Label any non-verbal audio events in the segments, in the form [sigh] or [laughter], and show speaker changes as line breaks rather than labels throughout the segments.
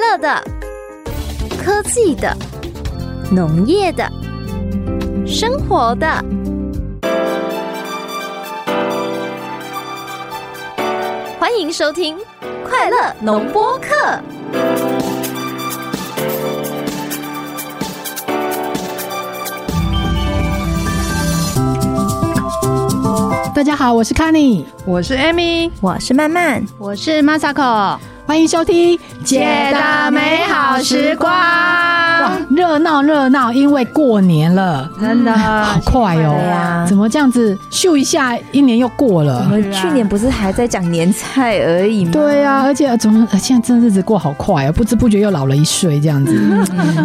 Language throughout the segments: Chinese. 色的、科技的、农业的、生活的。欢迎收听《快乐农播课》。
大家好，我是 c a n n y
我是 Amy，
我是曼曼，
我是 Masako，
欢迎收听《
姐的美好时光》。
哇，热闹热闹，因为过年了，
真的
啊
好快哦！
对啊
怎么这样子咻一下，一年又过
我
了？
们去年不是还在讲年菜而已吗？
对呀、而且怎么呃现在真的日子过好快啊，不知不觉又老了一岁这 [laughs] 样子，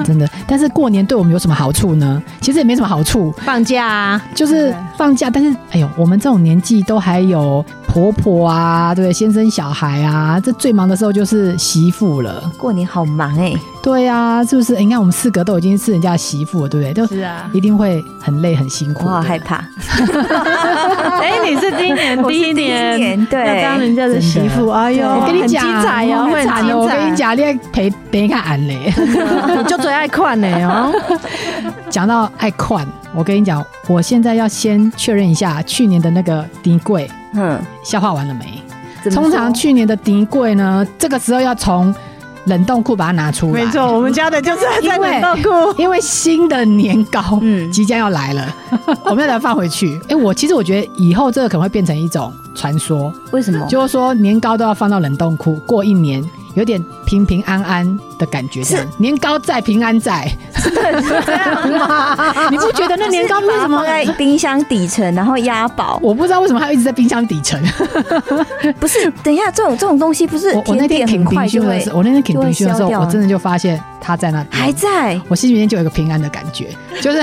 真的。但是过年对我们有什么好处呢？其实也没什么好处，
放假啊，
就是放假。但是哎呦，我们这种年纪都还有婆婆啊，对，先生小孩啊，这最忙的时候就是媳妇了。
过年好忙哎、
对啊，是不是？你看我们四个都已经是人家的媳妇了，对不对？就是
啊。
一定会很累很辛苦
我
的。
好害怕。
哎、你是今年
我是
第 [laughs] 一
第一
年
年，对
要当人家的媳
真
妇，哎呦，
我跟你讲，
很精彩
我
哦，
很
会
惨哦！我跟你，讲，你要陪陪看俺嘞。
[laughs] 你就最爱看的哦， [laughs]
讲到爱款，我跟你讲，我现在要先确认一下去年的那个丁柜
嗯，
消化完了没？
怎么
通常
说
去年的丁柜呢，这个时候要从冷冻库把它拿出来，
没错，，我们家的就是在
因为
冷冻库。
因为新的年糕
嗯
即将要来了， [laughs] 我们要把它放回去。哎、我其实我觉得以后这个可能会变成一种传说，
为什么？
就是说年糕都要放到冷冻库，过一年有点平平安安的感觉。这样，年糕在，平安在， [laughs] 你不觉得那年糕为什么
放？在冰箱底层，然后压薄？
我不知道为什么它一直在冰箱底层。[laughs]
不是，等一下，这种这种东西不是
我我那
甜
天
点
挺
很快
冰
就
箱的
会
时候，我那天挺
就会
冰箱的时候，
消掉
我
啊
真的就发现它在那边
还在。
我心里面就有一个平安的感觉，就是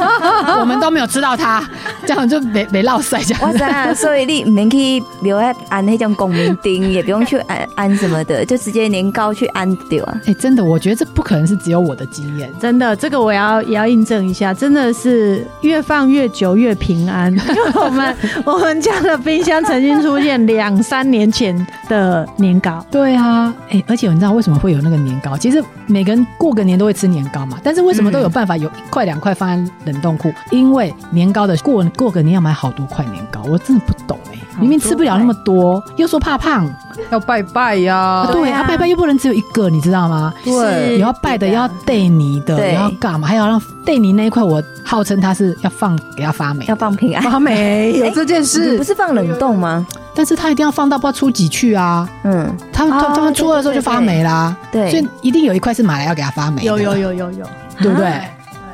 [laughs]
我们都没有吃到它，这样就没没落塞这样
哇
子。
塞！所以你免去留在安那种公民钉，也不用去安安什么的，就直接年糕去安掉啊。
哎、真的，我觉得这不可能是只有我的经验。
真的，这个我要也要印证一下，真的是越放越久越平 [laughs] 安。因为我们我们家的冰箱曾经出现两三年前的年糕，
对啊，哎、而且你知道为什么会有那个年糕？其实每个人过个年都会吃年糕嘛，但是为什么都有办法有一块两块放在冷冻库？因为年糕的过过个年要买好多块年糕，我真的不懂哎、明明吃不了那么多，又说怕胖，
要拜拜呀、
啊对啊，拜拜又不能只有一个，你知道吗？
对
也要拜的，也要带泥的，
对
也要干嘛？还要让带泥那一块，我号称它是要放给它发霉
要，放平安，
哦
阿美
哎
有这件
你不
事，
是放冷冻吗？
但是它一定要放到不知道初几去啊！
嗯，
他们
哦
他们初二的时候就
对对
发霉啦，
对
所以一定有一块是买来要给它发霉的，
有有有有有，
对不对？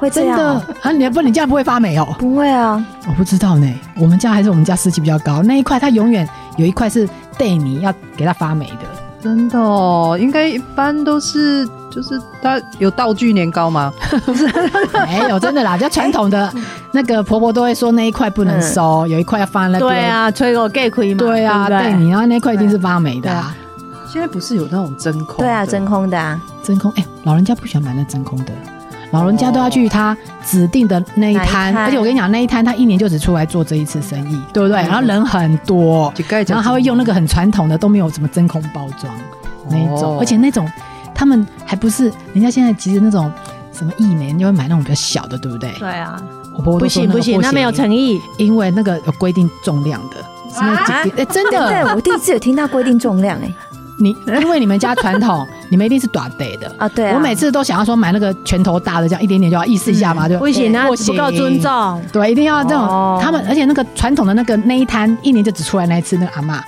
会这
真
样
的
哦、
啊，你不你这样不会发霉哦？
不会啊，
我不知道呢，我们家还是我们家湿气比较高，那一块它永远有一块是带泥要给它发霉的，
真的哦，应该一般都是就是它有道具年糕吗？
没有真的啦，就传统的那个婆婆都会说那一块不能收，有一块要放在那
对
边。
啊，吹狗 gay 亏嘛，
对啊，
对
带
不对
你啊，那一块一定是发霉的啊。
现在不是有那种真
哦
空的？
对啊，真空的啊，
真空，哎、老人家不喜欢买那真空的，老人家都要去他指定的那一
哪
摊，
一摊
而且我跟你讲，那一摊他一年就只出来做这一次生意，对不
嗯
对？然后人很多，
就盖着，
然后他会用那个很传统的，都没有什么真空包装那一
哦
种，而且那种他们还不是人家现在其实那种什么益美，你就会买那种比较小的，对不对？
对啊，
我婆婆
不
都说
行
那个
不行，那没有诚意，
因为那个有规定重量的，是那几哎、真
[laughs]
的，
对，我第一次有听到规定重量哎、
[laughs] 你因为你们家传统，你们一定是短 day 的。
啊，对啊，
我每次都想要说买那个拳头大的，这样一点点就要意思一下
嗯
嘛，对
不行啊，
不
不
行
够尊重。
对，一定要这种、
哦
他们，而且那个传统的那个那一摊，一年就只出来那一次那个阿嬷，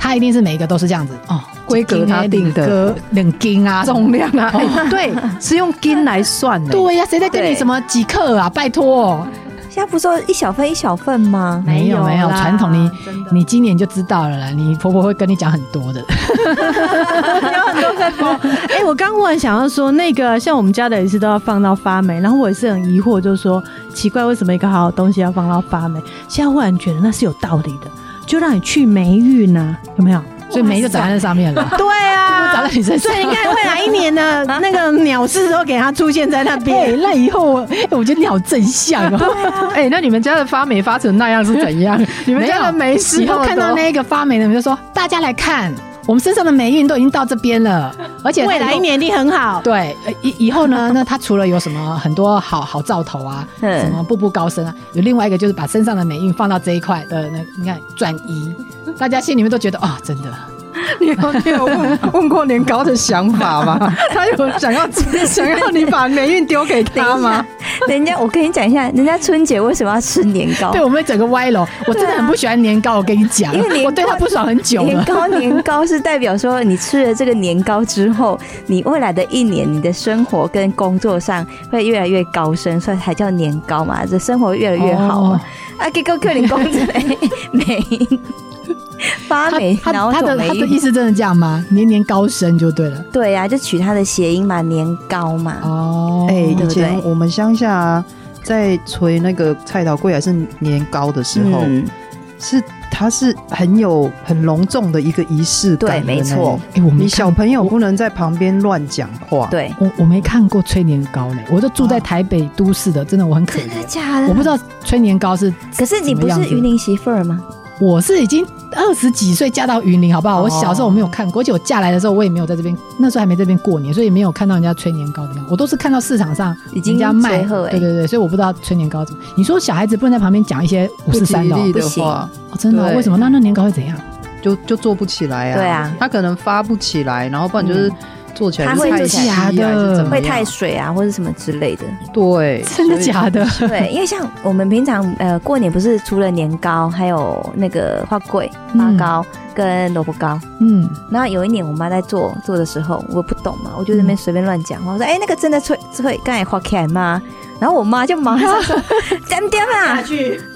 她一定是每一个都是这样子哦，
规格她定的
两斤啊，
重量啊，哎对，是用斤来算 [laughs] 的。
对呀、谁在跟你
对
什么几克啊？拜托，
现在不是说一小份一小份吗？ [laughs]
没有没有
啦
传统你
真的
你今年就知道了啦，你婆婆会跟你讲很多的，
哎、我刚忽然想要说，那个像我们家的也是都要放到发霉，然后我也是很疑惑，就说奇怪，为什么一个好东西要放到发霉？现在忽然觉得那是有道理的，就让你去霉运啊呐、有没有？
所以霉就长在那上面
[laughs]
了，
对
就长
啊
在，你身上
所。以应该未来一年的那个鸟事都给它出现在那
哎、 [laughs]
边。
那以后我，哎我觉得你好正向哦。
哎、那你们家的发霉发成那样是怎样？你们家的霉
没有
事
以后看到那个发霉的，你们就说大家来看，我们身上的霉运都已经到这边了，而且它
未
以后
来一年一定很好。
对，呃以以后呢，那他除了有什么很多好好兆头啊，
嗯
什么步步高升啊，有另外一个就是把身上的霉运放到这一块的那你看转移，大家心里面都觉得哦，真的
你有你有问问过年糕的想法吗？他有想要想要你把霉运丢给他吗？
人家我跟你讲一下，人家春节为什么要吃年糕
对？我们整个歪楼，我真的很不喜欢年糕，我跟你讲
因为年，糕
我对他不爽很久
年
了。
糕，年糕是代表说你吃了这个年糕之后，你未来的一年，你的生活跟工作上会越来越高升，所以才叫年糕嘛，这生活越来越好
哦
嘛。啊，给够克林公子美发
他
霉，
他
然后
他
走
的
霉
他的
运。
意思真的这样吗？年年高升就对了。
对啊呀、就取它的谐音嘛，年糕嘛。
哦，
哎、
对
以
不
前
对
我们乡下、在捶那个菜刀柜还是年糕的时候，
嗯，
是它是很有很隆重的一个仪式
对
感的呢。
没错
哎，我
你
们
小
小
朋友不能在旁边乱讲话。，
对，
我我没看过吹年糕嘞，我都住
哦
在台北都市的，真的我很可
真的
怜。
假的？
我不知道吹年糕是
可是你不
怎么
是
样子
云林媳妇儿吗？
我是已经二十几岁嫁到云林，好不
哦
好？我小时候我没有看过，而且我嫁来的时候我也没有在这边，那时候还没这边过年，所以没有看到人家吹年糕怎么样。我都是看到市场上
已经
人家卖，
吹喝欸
对对对，所以我不知道吹年糕怎么。你说小孩子不能在旁边讲一些五
不
四
吉
三的哦、
利
不
的
行
话
哦真的哦、
对
为什么？那那年糕会怎样？
就就做不起来啊。
对啊，
他可能发不起来，然后不然就是做起来
它
是
会
太
做
稀
起
来
啊，还
的
是怎么
会
样
太水啊，或者什么之类的。
对，
真的假的？
对，因为像我们平常呃过年不是除了年糕，还有那个花桂、花
嗯
糕跟萝卜糕。
嗯，
然后有一年我妈在做做的时候，我不懂嘛，我就在那边随便乱讲话，我说：“哎、那个真的脆脆，刚才花起来吗？”然后我妈就马上
[laughs]
说：“点点啊！”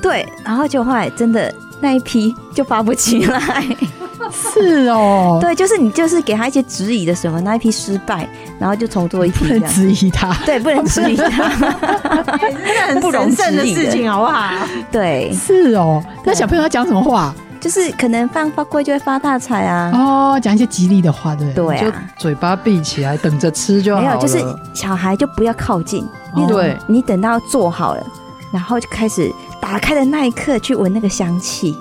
对，然后就后来真的那一批就发不起来。
是哦，
对，就是你就是给他一些质疑的什么，那一批失败，然后就重做一批
不
这
能 [laughs]
样。
质疑他。
对，不能质疑他，
很
不容
神圣的
置疑
事
的
情，好不好？
对，
是哦，那
对
小朋友要讲什么话？
就是可能放花贵就会发大财啊。
哦，讲一些吉利的话，对不对？
对
就
啊，
嘴巴闭起来，等着吃啊就好
没
了。
有，就是小孩就不要靠近，
哦
对
你等到做好了，然后就开始打开的那一刻去闻那个香气，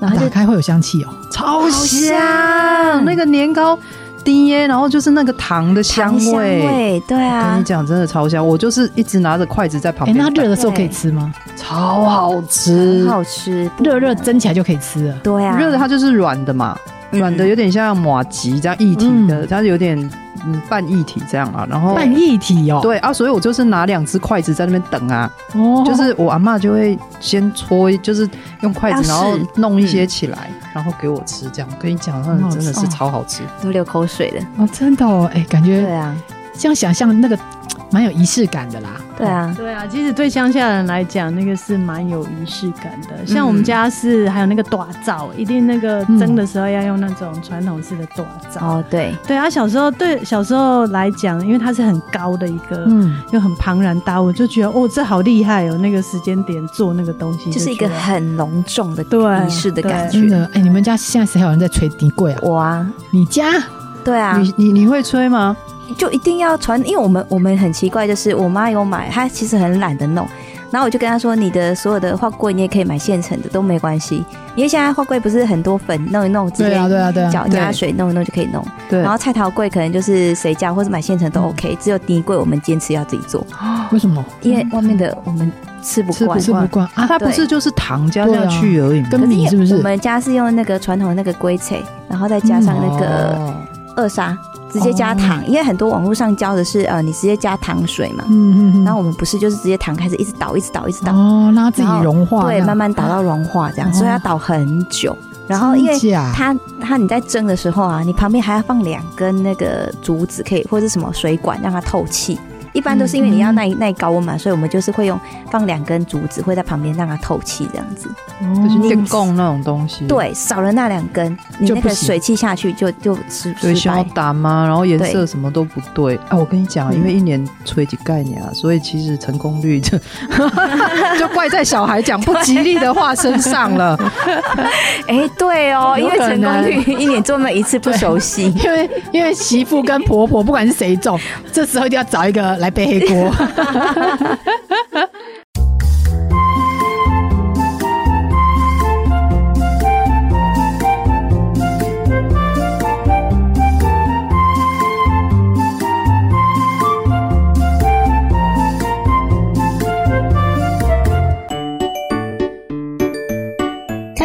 然后
打
就
开会有香气哦。
超香，那个年糕滴耶，然后就是那个糖的香
糖香
味。
味，对
我跟
啊
你，讲，真的超香！我就是一直拿着筷子在旁
哎，
边
那
摆，
热的时候可以
对
吃吗？
超好吃
很。好吃，不
热热
难
蒸起来就可以吃哦了。
对啊，
热的它就是软的嘛，软的有点像马吉这样一体的，它有点嗯半一体这样啊。然后
半液体哦，
对啊，所以我就是拿两只筷子在那边等啊，
哦，
就是我阿嬷就会先搓，就是用筷
要
子，
试
然后弄一些起来，然后给我吃。这样，我跟你讲，
很好
那
吃
真的是超好吃。
都流口水了，
哦，真的哦，哎、感
对
觉
啊，
这样想象那个蛮有仪式感的啦。
对啊，
对啊，其实对乡下人来讲，那个是蛮有仪式感的。像我们家是还有那个短灶，一定那个蒸的时候要用那种传统式的短灶。
哦对，
对啊，小时候对小时候来讲，因为它是很高的一个，
嗯，
又很庞然大物，就觉得哦，这好厉害哦！那个时间点做那个东西，
就是一个
觉得
很隆重的
对
仪式的感
真
觉，
的，哎、你们家现在谁还有人在捶底柜啊？
我啊，
你家
对啊，
你你你会吹吗？
就一定要传，因为我们我们很奇怪，就是我妈有买，她其实很懒得弄。然后我就跟她说，你的所有的花柜你也可以买现成的，都没关系，因为现在花柜不是很多粉弄一弄，直
对
接
啊，对啊，对啊，
搅加水弄一弄就可以弄。
对
然后菜桃柜可能就是谁家或者买现成都 OK，、只有泥柜我们坚持要自己做，
为什么
因为外面的我们吃不惯。
吃不惯啊？
它不是就是糖加下去而已吗？
跟
可
米是不
因为
是
我？们家是用那个传统的那个龟菜，然后再加上那
嗯
个
哦
二砂，直接加
哦
糖，因为很多网络上教的是呃，你直接加糖水嘛。
嗯嗯嗯。
然后我们不是就是直接糖开始一直倒，一直倒，一直倒，
哦，让它自己融化，
对，
这样
慢慢倒嗯到融化这样，
哦
所以要倒很久。然后
真
因为
假
它它你在蒸的时候啊，你旁边还要放两根那个竹子，可以或者什么水管让它透气。一般都是因为你要嗯耐耐高温嘛，所以我们就是会用放两根竹子会在旁边让它透气这样子。
就是电供那种东西，，
对，少了那两根，你
就
那
不
个
行
水汽下去就就失
对，
失
消
败。
打嘛，然后颜色
对
什么都不对。
哦
啊，我跟你讲，因为一年吹几概念啊，所以其实成功率就 [laughs] 就怪在小孩讲不吉利的话身上了。
[laughs] 哎，对哦，因
有
为
可
成功
能
率一年做那么一次不熟 [laughs] 悉。
因为因为媳妇跟婆婆不管是谁种，这时候一定要找一个来背黑 [laughs] 锅。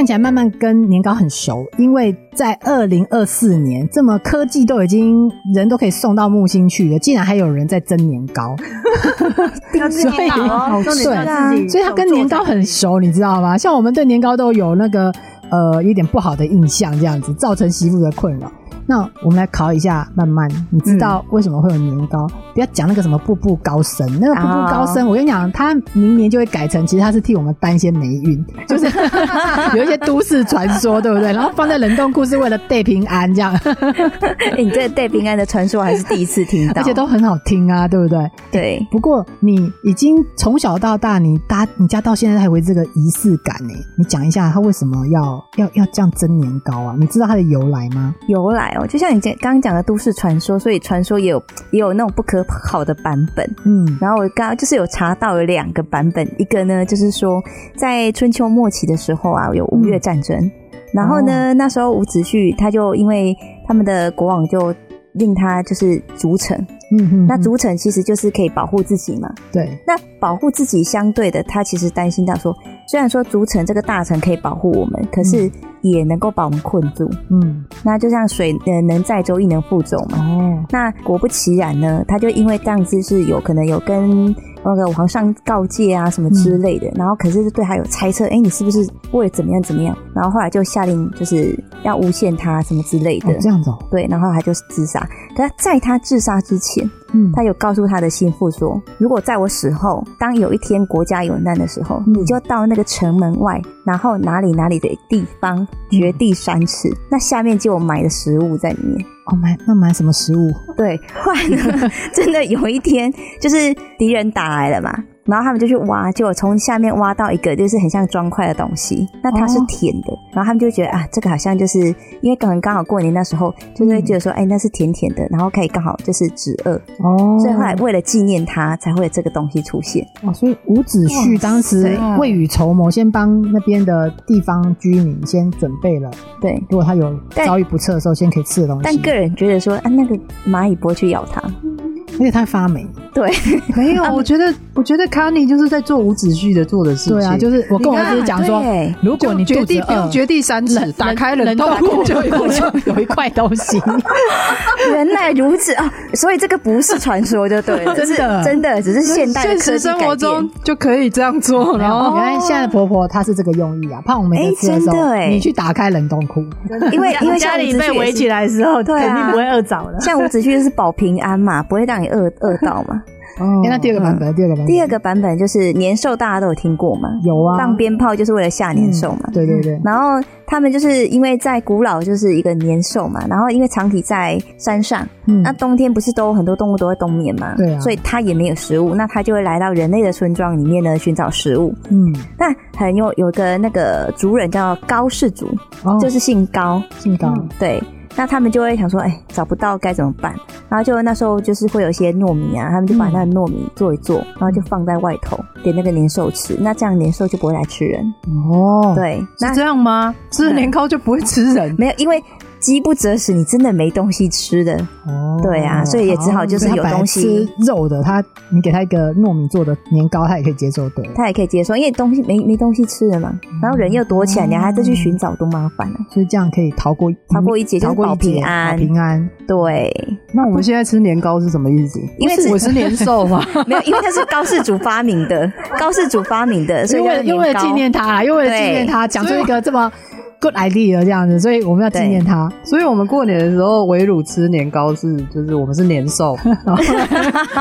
起来慢慢跟年糕很熟，因为在二零二四年，这么科技都已经人都可以送到木星去了，竟然还有人在蒸年糕，所以
好
重点是要
自己
啊所以它跟年糕很熟，你知道吗？像我们对年糕都有那个呃有点不好的印象，这样子造成媳妇的困扰。那我们来考一下曼曼，你知道为什么会有年糕？不要讲那个什么步步高升，那个步步高升，我跟你讲，它明年就会改成，其实它是替我们担心霉运，就是 [laughs] 有一些都市传说，对不对？然后放在冷冻库是为了带平安这样，
哎你这对平安的传说还是第一次听到，
而且都很好听啊，对不对？
对，
不过你已经从小到大，你搭你家到现在还为这个仪式感呢。你讲一下他为什么要要要这样蒸年糕啊？你知道它的由来吗？
由来哦，就像你讲刚刚讲的都市传说，所以传说也有也有那种不可考的版本。
嗯，
然后我刚就是有查到有两个版本，一个呢就是说在春秋末期的时候啊，有吴越战争，然后
哦
呢、那时候伍子胥他就因为他们的国王就令他就是逐城，
嗯哼，
那逐城其实就是可以保护自己嘛。
对，
那保护自己相对的，他其实担心到说，虽然说逐城这个大城可以保护我们，可是也能够把我们困住。
嗯，
那就像水呃能载舟亦能覆舟嘛。
哦，
那果不其然呢，他就因为这样子是有可能有跟那个皇上告诫啊什么之类
嗯
的，然后可是对他有猜测，哎、你是不是为了怎么样怎么样？然后后来就下令就是要诬陷他什么之类的，
哦这样子哦，
对，然后他就自杀。可是在他自杀之前，
嗯，
他有告诉他的心腹说，如果在我死后，当有一天国家有难的时候，
嗯
你就到那个城门外，然后哪里哪里的地方掘
嗯
地三尺，那下面就有埋的食物在里面。
哦买那买什么食物？
对， [laughs] 后来呢，真的有一天，就是敌人打来了嘛，然后他们就去挖，结果从下面挖到一个就是很像砖块的东西，那它是甜的，然后他们就觉得啊，这个好像就是因为可能刚好过年那时候，就是会觉得说，哎、那是甜甜的，然后可以刚好就是止饿，
哦
所以后来为了纪念它，才会有这个东西出现。
哦，所以伍子胥当时未雨绸缪，先帮那边的地方居民先准备了，
对，
如果他有
但
遭遇不测的时候，先可以吃的东西。
但个人觉得说，啊，那个蚂蚁不会去咬它，
而且他发霉，
对，
[laughs] 没有，我觉得，我觉得卡尼就是在做无止续的做的事情。
对啊，就是我跟我儿子讲说
你看对，
如果你
就
肚
绝
子
地不
饿
用。绝地三尺，打开冷冻库就有
就有
[laughs]
一块东西，
[laughs] 原来如此啊！所以这个不是传说就对
[laughs]
了，
真
只是
的
真的，只是现代的
现
科
实
技改
生
变
活中就可以这样做，然后
原来现在的婆婆她是这个用意啊，怕我们每次吃的时
哎真
候
的，哎
你去打开冷冻库，
[laughs]
因为因为像
家
伍
里
子
被
胥也
围
是
起来的时候，肯
对啊
定不会饿着了。
[laughs] 像伍子胥就是保平安嘛，不会让你饿饿到嘛。
哎那第二个版本，第二个版本，
第二个版本就是年兽，大家都有听过嘛，
有啊，
放鞭炮就是为了吓年兽嘛。
对对对，
然后他们就是因为在古老就是一个年兽嘛，然后因为长体在山上，
嗯
那冬天不是都很多动物都会冬眠嘛，
对啊
所以它也没有食物，那它就会来到人类的村庄里面呢寻找食物。
嗯，
那很有有个那个族人叫高氏族，
哦，
就是姓高，嗯
性高，
对，那他们就会想说，哎，找不到该怎么办？然后就那时候就是会有一些糯米啊，他们就把那个糯米做一做，
嗯
然后就放在外头给那个年兽吃，那这样年兽就不会来吃人。
哦，
对，那
是这样吗？吃了年糕就不会吃 [laughs] 人，
没有，因为饥不择食，你真的没东西吃的。
哦，
对啊所以也只好就是
所以她
有
本来
东西
吃肉的，她你给她一个糯米做的年糕，她也可以接受，对，
他也可以接受，因为东西没没东西吃了嘛，
嗯
然后人又躲起来，你还再去寻找，多麻烦啊！
所以这样可以逃过
逃过一劫
嗯
就是
逃过一
保平
劫
安
保平安，
对，
那我们现在吃年糕是什么意思？
因为
不是
是
我是年兽嘛，
[laughs] 没有，因为它是高氏主发
[laughs]
明的，高氏主发明的，所以
又为了
叫
又为
年
了
糕
纪念她啦，又为了纪
对
念她，讲出
所以
一个这么 good idea 这样子，所以我们要纪
对
念她。
所以我们过年的时候围炉吃年糕是，就是我们是年
[laughs]
兽，然后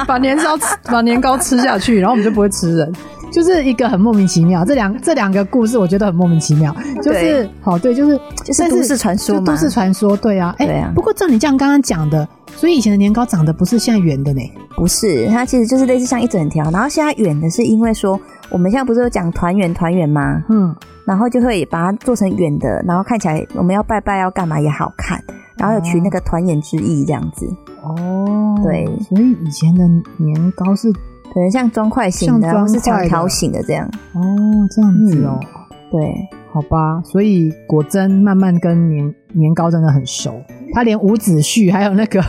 把年糕吃把年糕吃下去，然后我们就不会吃人。
就是一个很莫名其妙，这两这两个故事我觉得很莫名其妙，就是好对，就是
就是
但
都市传说
就都
嘛，
市传说，对啊，哎、
对啊
不过照你这样刚刚讲的，所以以前的年糕长得不是现在圆的呢，
不是，它其实就是类似像一整条，然后现在远的是因为说我们现在不是有讲团圆团圆吗？
嗯，
然后就会把它做成远的，然后看起来我们要拜拜要干嘛也好看，然后有取那个团圆之意这样子，
哦
对
所以以前的年糕是
可能像砖块型的，
像砖块
然后
的
是长条形的这样。
哦这样子哦，
对，
好吧，所以果真慢慢跟年年糕真的很熟，他连伍子胥还有那
[laughs]
个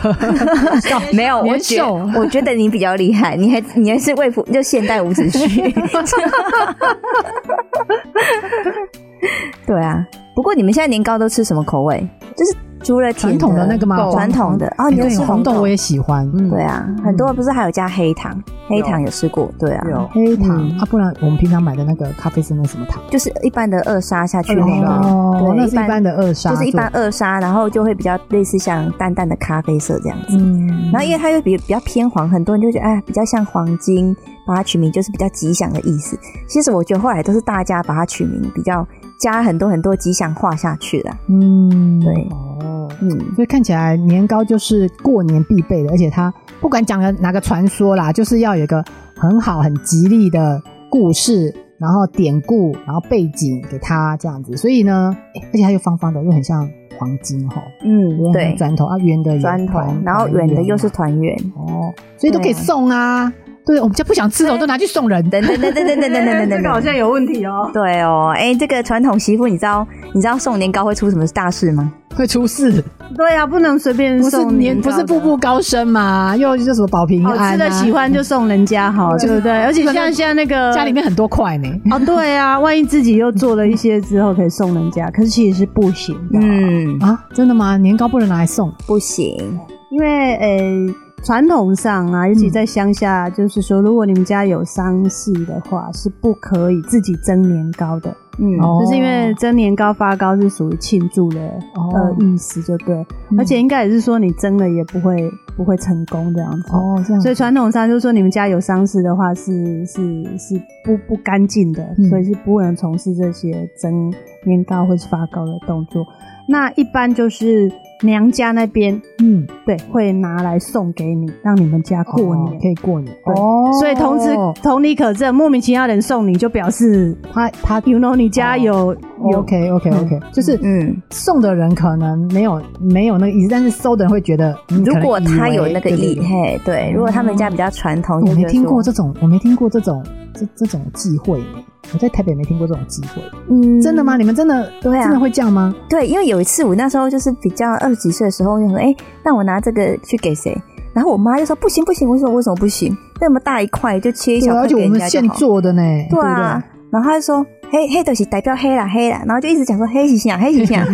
没有，我
年
觉
兽
我觉得你比较厉害，你还你还是魏服就现代伍子胥， [laughs] 对啊，不过你们现在年糕都吃什么口味？就是除了
传
甜
统的那个吗？
传统的哦，
哎
你又
对
吃
红豆
豆
我也喜欢，嗯，
对啊，很多不是还有加黑糖，黑糖有吃过，对啊，
有
黑糖啊，不然我们平常买的那个咖啡是那什么糖？
就是一般的二砂下去那个，
哦，
对
那是一
一般
般的二砂，
就是一般二砂，然后就会比较类似像淡淡的咖啡色这样子。
嗯，
然后因为它又比比较偏黄，很多人就觉得哎比较像黄金，把它取名就是比较吉祥的意思。其实我觉得后来都是大家把它取名比较加很多很多吉祥话下去了。
嗯，
对，
哦，
嗯，
所以看起来年糕就是过年必备的，而且它不管讲了哪个传说啦，就是要有一个很好、很吉利的故事，然后典故，然后背景给它这样子。所以呢，诶而且它又方方的，又很像黄金吼，
嗯，对，
砖头啊，圆的有
砖头
团，
然后圆啊的又是
团
团 [laughs] 圆。
圆嘛哦，所以都可以
对啊
送啊。对，我们家不想吃的，我都拿去送人。
等等等等等等等等等等，
有问题哦。
对哦，哎，这个传统媳妇，你知道你知道送年糕会出什么大事吗？
会出事，
对呀、啊，不能随便
不是
送
年不
糕的
是步步高升嘛，又就是什么保平安、啊，
哦好吃的喜欢就送人家好，对不对？而且
可能
像现在那个
啊家里面很多块呢。
哦，
[laughs]
对啊，万一自己又做了一些之后可以送人家，可是其实是不行的，
嗯，
啊，真的吗？年糕不能拿来送，
不行，
因为呃。传统上啊，尤其在乡下，就是说，如果你们家有丧事的话，是不可以自己蒸年糕的，
嗯，
哦
就是因为蒸年糕发糕是属于庆祝的、
哦
呃意思，就对。而且应该也是说，你蒸了也不会不会成功这样子。
哦，这样
所以传统上就是说，你们家有丧事的话是是是不不干净的，
嗯
所以是不能从事这些蒸年糕或是发糕的动作。那一般就是娘家那边
嗯，
对会拿来送给你，让你们家过
哦可
年。
以过年
对 [laughs]
哦
所以同时同理可证，莫名其妙的人送你就表示
他他哦
，you know，你家有有
OK OK 哦 OK，就是
嗯，
送的人可能没有没有那个意思，但是收的人会觉得，嗯
如果他有那个意，
可能以为对对对
嘿，对，哦如果他们家比较传统，就
我
觉得
没听过
说
这种，我没听过这种这这种忌讳呢。我在台北没听过这种忌讳，
嗯
真的吗？？你们真的
对啊
真的会这样吗？
对，因为有一次我那时候就是比较呃二十几岁的时候，我就说，哎，那我拿这个去给谁？然后我妈就说不行不行，我说为什么不行？那么大一块就切一
对
小
啊，
块
而且
给
我
人
们
家
现
就好。
做的呢，对
对
不
啊
对？，
然后他就说黑黑的是代表黑啦黑啦，然后就一直讲说黑是啥黑
[laughs]
是啥。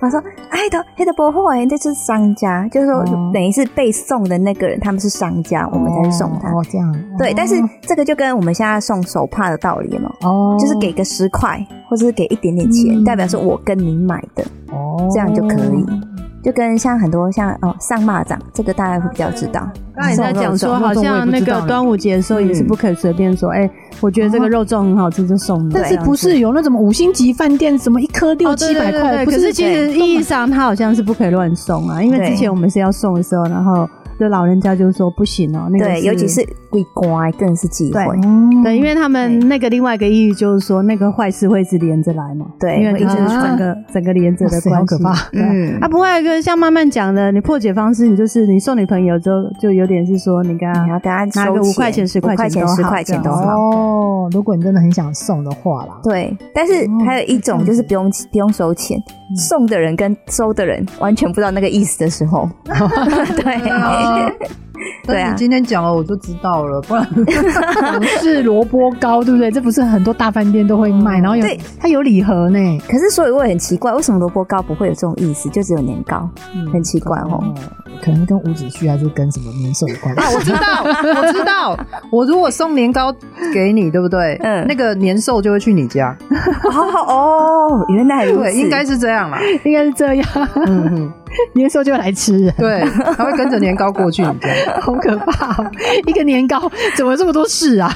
我说哎的黑的不会，这是商家，就是说
哦
等于是被送的那个人他们是商家，我们才去送他。
哦，这样
对，
哦
但是这个就跟我们现在送手帕的道理嘛，
哦，
就是给个十块，或者是给一点点钱，
嗯
代表是我跟你买的，
哦，
这样就可以。就跟像很多像哦上蚂蚱，这个大家会比较知道。
刚才你在讲说，
肉粽
好像那
肉粽我也不知
个
道呢嗯哦
端午节的时候也是不可以随便说，哎、我觉得这个肉粽很好吃，就送你。
但是不
这样
是
子
有那种五星级饭店，什么一颗六
哦对
七
对
百
对
块？
对
不
可是其实意义上，它好像是不可以乱送啊，因为
对
之前我们是要送的时候，然后就老人家就说不行哦、那个
对，尤其是鬼乖更是忌讳
哦
对。对，因为他们那个另外一个意义就是说，那个坏事会一直连着来嘛，
对
因为啊
会
它
一
是
直
整个整个连着
哇
的
塞好
关系，
可怕。
对啊
嗯
啊，不过还有一个像曼曼讲的，你破解方式，你就是你送你朋友之后，就有点是说你跟他
你要跟他
啊拿
收
个五
钱
块钱、十
五块钱
钱、
10块钱都
好这啊样子。
好
哦，如果你真的很想送的话
[laughs]
啦，
对，但是
哦
还有一
嗯
种就是不用、不用收钱，送的人跟收的人完全不知道那个意思的
[laughs]
时候，对，对
但是
啊
你今天讲了，我就知道了，不然
港式萝卜糕，对不对？这不是很多大饭店都会卖，然后有
嗯对
它有礼盒呢，
可是所以我也很奇怪，为什么萝卜糕不会有这种意思，就只有年糕，很奇怪哦。
嗯
哦，可能跟五子胥还是跟什么年兽有
[laughs]
关系
啊，。 [laughs] 我知道，我知道，我如果送年糕给你，对不对？
嗯
那个年兽就会去你家，
哦哦，原来如此，
对，
[laughs]
应该是这样啦。
应该是这样，[laughs]
嗯嗯，
年兽就来吃人，
对，他会跟着年糕过去你家。
好可怕、哦！一个年糕怎么这么多事啊？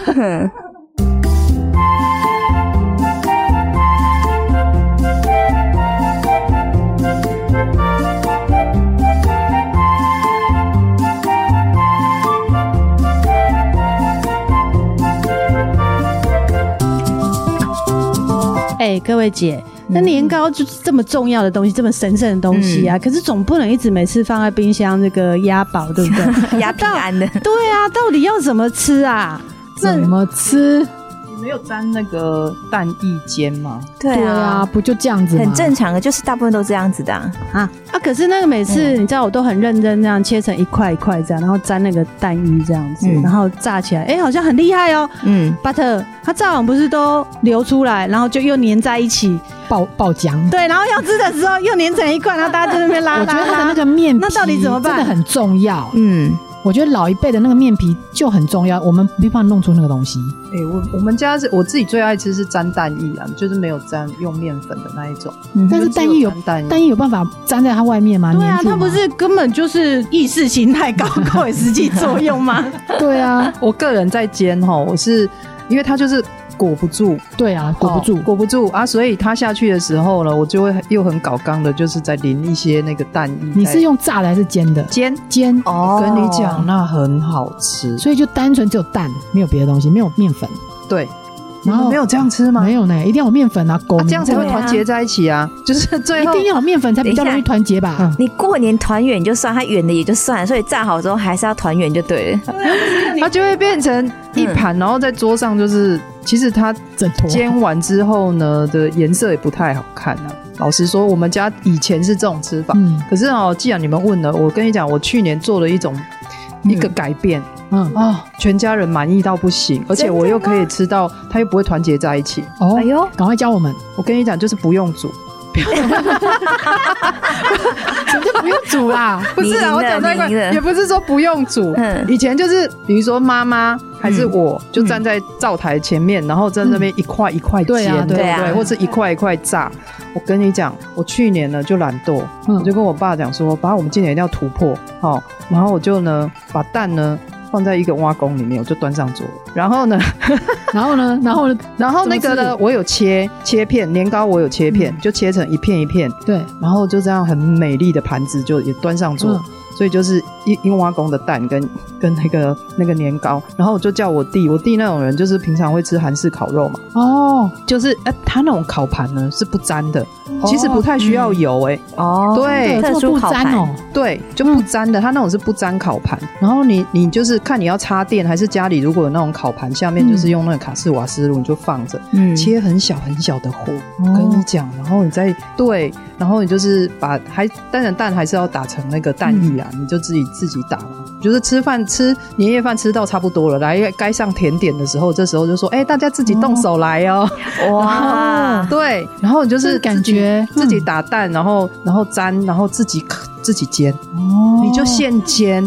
哎、各位姐，那年糕就是这么重要的东西，这么神圣的东西啊，可是总不能一直每次放在冰箱这个压宝，对 [laughs] 不对？
压平安的。
对啊，到底要怎么吃啊？
怎么吃？
[laughs] 你没有沾那个蛋液煎吗？
对
对啊，
啊，
不就这样子吗？
很正常的，就是大部分都这样子的啊。
啊，可是那个每
嗯
次你知道，我都很认真这样切成一块一块这样，然后沾那个蛋液这样子，
嗯
然后炸起来，哎、好像很厉害哦。
嗯，
But 它炸完不是都流出来，然后就又粘在一起，
爆爆浆。
对，然后要吃的时候又粘成一块，然后大家在那边拉
我觉
拉
得它的那
拉。
个面皮
啊那到底怎么办
真的很重要。
嗯，
我觉得老一辈的那个面皮就很重要，我们没办法弄出那个东西。
哎、我我们家是我自己最爱吃是沾蛋液啊，就是没有沾用面粉的那一种。
但是蛋液有
就只沾蛋
但
液，
也有办法粘在它外面吗？
对啊，
粘住
它
吗
不是根本就是意识形态高过于实际作
[laughs]
用吗？
对啊，
我个人在煎哈，我是因为它就是裹不住，
对啊，裹不住
哦。裹不住啊，所以它下去的时候呢，我就会又很搞刚的，就是在淋一些那个蛋液。
你是用炸的还是煎的？
煎？
煎，
哦
跟你讲，，那很好吃。
所以就单纯只有蛋，没有别的东西，没有面粉，
对，
然后
你们没有这样吃吗？
没有呢，一定要有面粉啊，狗
啊，
民
这样才会
对啊
团结在一起啊！就是最
一
后
定要有面粉才比较容易团结吧。
嗯
你过年团圆就算，它远的也就算了，所以炸好之后还是要团圆就对了。
它就会变成一
嗯
盘，然后在桌上就是，其实它
整坨
煎完之后呢的颜色也不太好看啊。老实说，我们家以前是这种吃法，
嗯
可是哦，既然你们问了，我跟你讲，我去年做了一种一个改变
嗯，
啊，全家人满意到不行，而且我又可以吃到，它又不会团结在一起。
哦
哎，呦，
赶快教我们，
我跟你讲，就是不用煮，
[laughs] 怎么就不用煮啦？
[laughs] 不
你
是啊，
赢了
我讲太快，
你赢了
也不是说不用煮，
[laughs]
嗯
以前就是比如说妈妈还
嗯
是我，就站在灶台前面，然后在那边一块一块
对
煎，
啊
对不
对啊
对？或是一块一块炸。我跟你讲，我去年呢就懒惰，
嗯
我就跟我爸讲说，爸，我们今年一定要突破，好、然后我就呢把蛋呢。放在一个挖工里面，我就端上桌。然后呢，
然后呢，然后呢，
然后那个
怎么，
呢
嗯
我有切切片，年糕我有切片，就切成一片一片，
对，
然后就这样很美丽的盘子就也端上桌，所以就是一樱花公的蛋跟跟那个那个年糕，然后我就叫我弟，我弟那种人就是平常会吃韩式烤肉嘛，
哦，
就是哎、他那种烤盘呢是不沾的，其实不太需要油哎、
哦，
对
这
特
么
殊
不
烤
粘
盘
哦，
对，就不沾的，他那种是不沾烤盘，然后你你就是看你要插电还是家里如果有那种烤盘，下面就是用那个卡式瓦斯炉你就放着，
嗯
切很小很小的火，
哦
我跟你讲，然后你再对，然后你就是把还当然蛋还是要打成那个蛋液
嗯
啦，你就自己自己打嘛。就是吃饭吃年夜饭吃到差不多了，来该上甜点的时候，这时候就说：“哎、大家自己动手来哦。
哇，
[laughs] 对，然后你就
哦这
是
个感
自己
觉
自己
嗯
打蛋，然后然后粘，然后自己烤自己煎，你就现煎。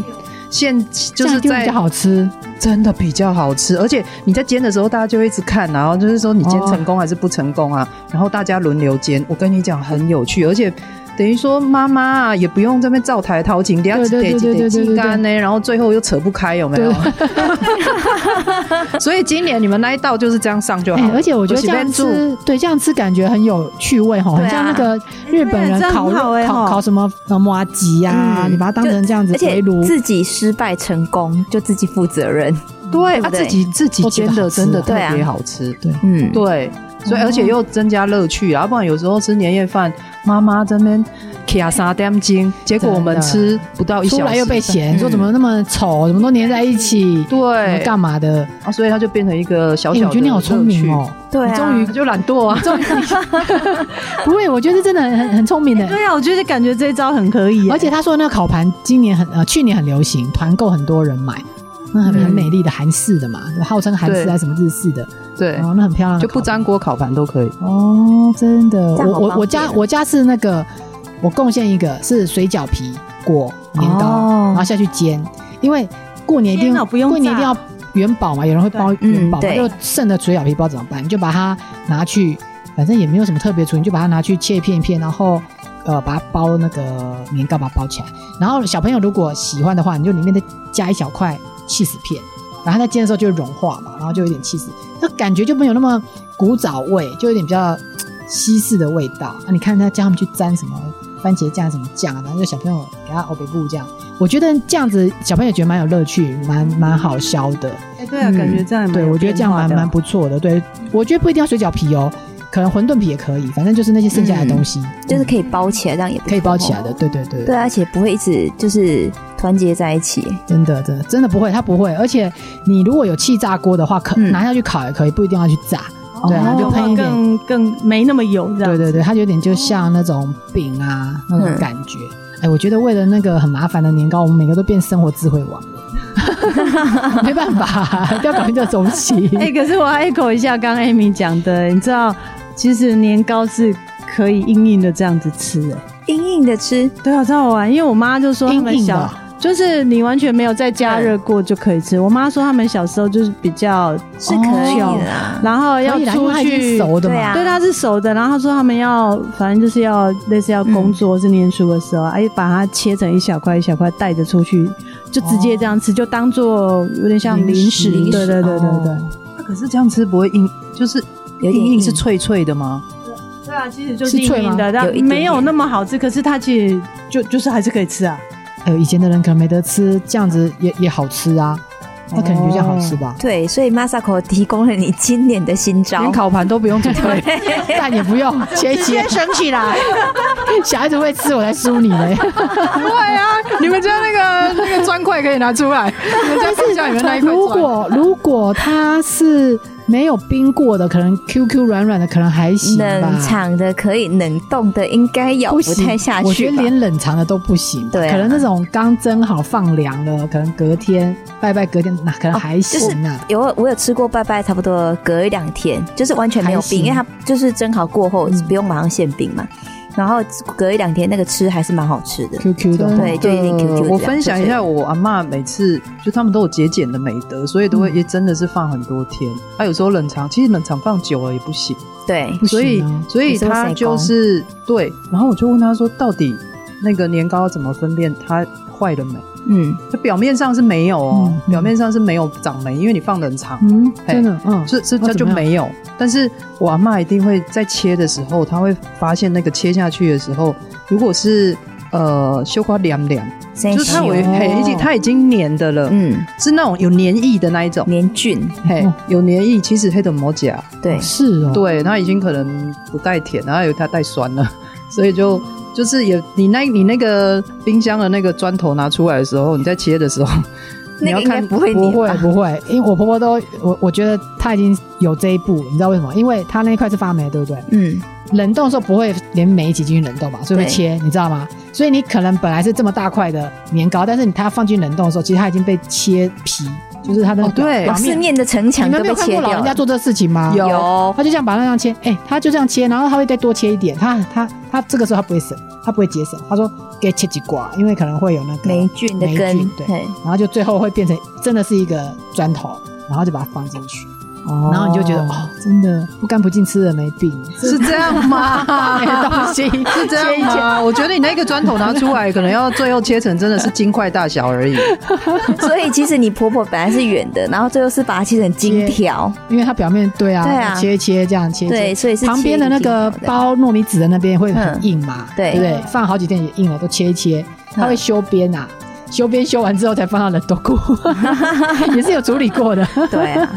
现就
哦这
是
样就
在
比较好吃。
真的比较好吃，而且你在煎的时候，大家就会一直看，然后就是说你煎成功还是不成功啊，然后大家轮流煎。我跟你讲很有趣，而且等于说妈妈啊也不用这边灶台掏情，等下
对对对
得
对
得
对
鸡
对
干呢，然后最后又扯不开，有没有？ [laughs] 所以今年你们那一道就是这样上就好
哎，
了，
而且我觉得这样
不是
吃，对，这样吃感觉很有趣味哈，
对
很
啊
像那个日本人
真的
烤
很好
肉
哎
烤
吼
烤什么呃麻吉呀，
嗯
你把它当成这样子
而且
围炉，
自己失败成功就自己负责任。对
对啊，
不对
自己自己
都觉得
煎
好吃啊
的真的特
对啊
别好吃，对。
嗯，
对，哦所以而且又增加乐趣啊，要不然有时候吃年夜饭，妈妈这边卡三点钟，结果我们吃不到一
出
小
来
时，
又被嫌
嗯
说怎么那么丑，怎么都粘在一起，怎么
嗯对，
干嘛的？
啊所以它就变成一个小
哎，我
小的
觉得你好聪明
乐
哦
趣。，
对啊，
你终于就懒惰啊，
不会，我觉得真的很很聪明的。
对啊，我就是感觉这一招很可以耶、
而且他说的那个烤盘今年很呃去年很流行，团购很多人买，那很很美丽的韩式的嘛，号称韩式
嗯对
还是什么日式的，
[laughs] 对
然，后那很漂亮的
啊就不
烤盘
粘锅烤盘都可以。
哦，真的，
这样
我
好
我
方
我
便
家
哦
我家是那个，我贡献一个是水饺皮裹年糕，
哦
然后下去煎，因为过年一定
煎哦不用
过年一定要
炸
元宝嘛，有人会包
嗯
元宝嘛，
对
就剩的水饺皮不知道怎么办，你就把它拿去，反正也没有什么特别处理，你就把它拿去切一片一片，然后。呃，把它包那个年糕，把它包起来。然后小朋友如果喜欢的话，你就里面再加一小块 cheese 片，然后它在煎的时候就会融化嘛，然后就有点气势，那感觉就没有那么古早味，就有点比较嘖西式的味道。啊、你看他叫他们去沾什么番茄酱、什么酱啊，反正就小朋友给他欧北部这样，我觉得这样子小朋友觉得蛮有乐趣，蛮蛮好消的。
哎对啊，
嗯
感觉这样也蛮
对，
有
我觉得这样
变化
蛮
的
蛮不错的。对，我觉得不一定要水饺皮哦，可能馄饨皮也可以，反正就是那些剩下的东西，
就是
嗯
可以包起来，这样也不
啊
错啊
可以包起来的。对对对，
对，而且不会一直就是团结在一起。
真的，真的，真的不会，它不会。而且你如果有气炸锅的话，可、
嗯
拿下去烤也可以，不一定要去炸。对啊，
哦
就喷一点。
更更没那么油这样。
对对对，它有点就像那种饼啊那种感觉。哎，我觉得为了那个很麻烦的年糕，我们每个都变生活智慧王了， [laughs] 没办法，一定要搞定这东西。
哎、可是我要 echo 一下刚刚 Amy 讲的，你知道，其实年糕是可以硬硬的这样子吃、哎，
硬硬的吃，
对啊，超好玩。因为我妈就说他
硬
们
硬
小，
的，
就是你完全没有再加热过就可以吃。我妈说他们小时候就是比较，
是可以的啊啦。
然后要
可以啦，因
出
为它已经
去。
熟的嘛。
对啊
对，它是熟的，然后她说他们要，反正就是要类似要工作、是念书的时候，哎，把它切成一小块一小块带着出去，就直接这样吃，就当做有点像嗯零食，
零食
对对对对对。
哦
那可是这样吃不会硬，就是
有点
硬
硬
硬是脆脆的吗？
对啊，其实就是是硬
脆吗
硬的，但
有一点点
没有那么好吃。可是它其实就就是还是可以吃啊。
哎呦，以前的人可能没得吃，这样子也也好吃啊。那可能就这样好吃吧，
对，所以 Masako 提供了你今年的新招
[laughs] 连。烤盘都不用准备，
[laughs] 蛋也不用切一切，
升起来，
[laughs] 小孩子会吃，我来输你嘞。
对啊，你们家那个那个砖块可以拿出来，你们家剩下你们那一块
如
砖。
果如果它是没有冰过的，可能 QQ 软软的，可能还行吧。
冷藏的可以，冷冻的应该咬
不
不
行，
太下
我觉
去
得
吧？
连冷藏的都不行。
对啊
可能那种刚蒸好放凉了，可能隔天拜拜，隔天那可能还行啊。
有我有吃过拜拜，差不多隔一两天，就是完全没有
还行
冰，因为它就是蒸好过后、
嗯
不用马上现冰嘛。然后隔一两天那个吃还是蛮好吃的。
QQ 的，
对就有点 QQ
呃我分享一下，我阿嬷每次就他们都有节俭的美德，所以都
嗯
会也真的是放很多天。她、有时候冷藏，其实冷藏放久了也不行，
对，
不
所
行
以
啊。
所以
你是不是
她
塞
就是对。然后我就问她说，到底那个年糕怎么分辨它坏了没？
嗯，
它表面上是没有哦，
嗯嗯
表面上是没有长霉，因为你放冷藏。
嗯，
嘿
真的，嗯，
是是，
那
它
怎
就
么样
没有。但是我阿嬷一定会在切的时候，她会发现那个切下去的时候，如果是呃绣花凉凉，
生
就是它有
锈
嘿已经它已经粘的了，
嗯，
是那种有粘液的那一种，
粘菌，
嘿
哦，
有粘液，其实黑的磨甲，
对，
是哦，
对，它已经可能不带甜，然后有它带酸了， [laughs] 所以就。就是也你那，你那个冰箱的那个砖头拿出来的时候，你在切的时候，
那
你要
个应该
看
不会
不
粘
会啊
吧？
不会，因为我婆婆都我我觉得她已经有这一步，你知道为什么？因为她那一块是发霉，对不对？
嗯，
冷冻的时候不会连酶一起进去冷冻嘛，所以会
对
切，你知道吗？所以你可能本来是这么大块的年糕，但是你它放进冷冻的时候，其实它已经被切皮，就是它的
哦对
表
哦四
面。
面的城
哎你
墙
们没
都被
有看
切
过老
掉
人家
了。
做这事情吗？
有
有
他就这样把它那样切，哎、他就这样切，然后他会再多切一点，他他他这个时候他不会省，他不会节省，他说给切几瓜，因为可能会有那个
霉菌的
霉
根
菌，对，
对，
然后就最后会变成真的是一个砖头，然后就把它放进去，
哦
然后你就觉得哦，真的不干不净吃了没
[laughs]
病，
是这样吗？
[laughs] 没东西，
是这样
切一切
吗？我觉得你那个砖头拿出来，可能要最后切成真的是金块大小而已。
所以其实你婆婆本来是圆的，然后最后是把它切成金
切 [laughs]
条，
因为它表面对啊，
对啊
切一切这样切一切，
对，所以是
旁
切
边的那个
金条的
包糯米纸的那边会很
嗯
硬嘛，
对嗯
不对？放好几天也硬了，都切一切，它会修边啊，修边修完之后才放到冷冻库， [laughs] 也是有处理过的。
[laughs] 对啊，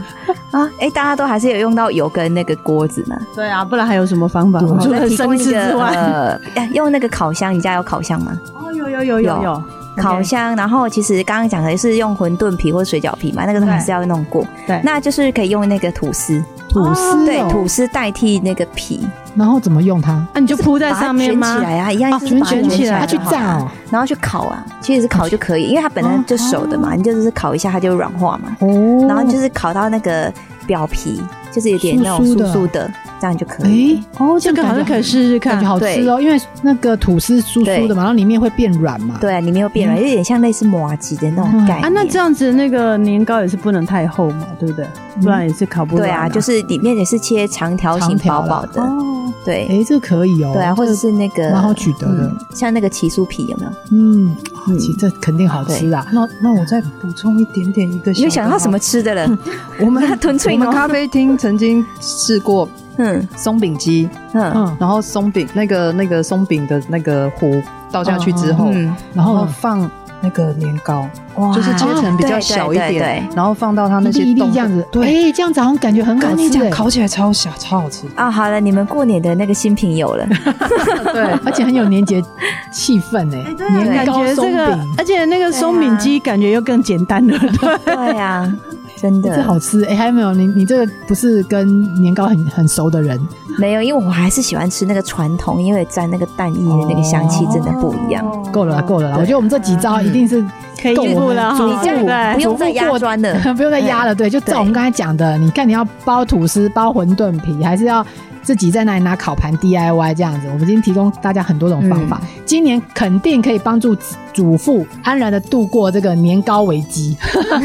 啊，哎、大家都还是有用到油跟那个锅子嘛，
对啊，不然还有什么方法
对
吗？除
再
了
提供
生
一
吃
个
之外，
呃，哎用那个烤箱，你家有烤箱吗？
哦，有有有有有，
烤箱，然后其实刚刚讲的是用馄饨皮或水饺皮嘛，那个都还是要弄过，
对
那就是可以用那个吐司，
吐司
对
哦，
吐司代替那个皮，
然后怎么用它？
啊那你就铺在上面吗哦
把它卷起？来啊，一样
啊，
就是把它
卷起来
它
来，
去炸哦。
然后去烤啊，其实是烤就可以，因为它本身就熟的
哦
嘛，你就是烤一下它就软化嘛，
哦，
然后就是烤到那个表皮，就是有点那种
酥酥
酥
的
酥的，这样就可以。
哎，哦，
这个好像可以
以。
试试
感
看
觉。好吃哦，因为那个吐司酥酥的嘛，然后里面会变软嘛。
对啊，里面又变软，有点像类似麻吉的那种
嗯
概念。
啊，那这样子那个年糕也是不能太厚嘛，对不对？不然也是烤不
对
软
啊，就是是里面也是切长条
长
形
条
薄
啦
薄的，
哦，
对
哎，这个可以哦。
对啊，或者是那个
蛮好取得的
嗯，像那个奇酥皮有没有？
嗯，啊其实这肯定好吃啊。
那那我再补充一点点一个，
你有想到什么？吃的了？
我 [laughs] 们
吞
我
脆
们
呢？
咖啡厅曾经试过
嗯
松饼机，
嗯
嗯，
然后松饼那个那个松饼的那个糊倒下去之后，
嗯，
然
然后
后
放那个年糕，
哇
就是切
哦
成比较小一
对对
点
对，
然后放到它那
一
些
粒一粒
冻
这样子，
对，欸
哎，这样子好像感觉很好
跟
吃
你讲，
哎
烤起来超小，超好吃。
啊、好了，你们过年的那个新
[laughs]
品有了，
[laughs] 对，
而且很有年节气氛哎，年
啊感
糕
觉
松
这个
饼，，
而且那个松饼机感觉又更简单了。
对啊，真
这
的
好吃哎，还有没有你你这个不是跟年糕很很熟的人，
没有，因为我还是喜欢吃那个传统，因为沾那个蛋液的那个香气真的不一样。
够了啦够了啦，
对
我觉得我们这几招一定是
哦可以
够
应
我
付
们
了哈
主
你这
妇
对
样不用再压砖了，
哎不用再压
嗯
了，对，就照我们刚才讲的，你看你要包吐司、包馄饨皮，还是要自己在那里拿烤盘 DIY 这样子，我们已经提供大家很多种方
嗯
法，今年肯定可以帮助主妇安然的度过这个年糕危机。 [laughs]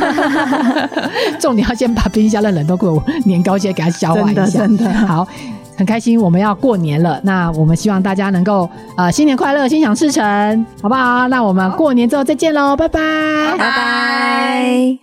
重点要先把冰箱的冷冻库的年糕先给它消化一
真的
下，
真的
好。很开心，我们要过年了。那我们希望大家能够呃新年快乐，心 [laughs] 想事成，好不好？那我们过年之后再见喽，拜拜
拜拜。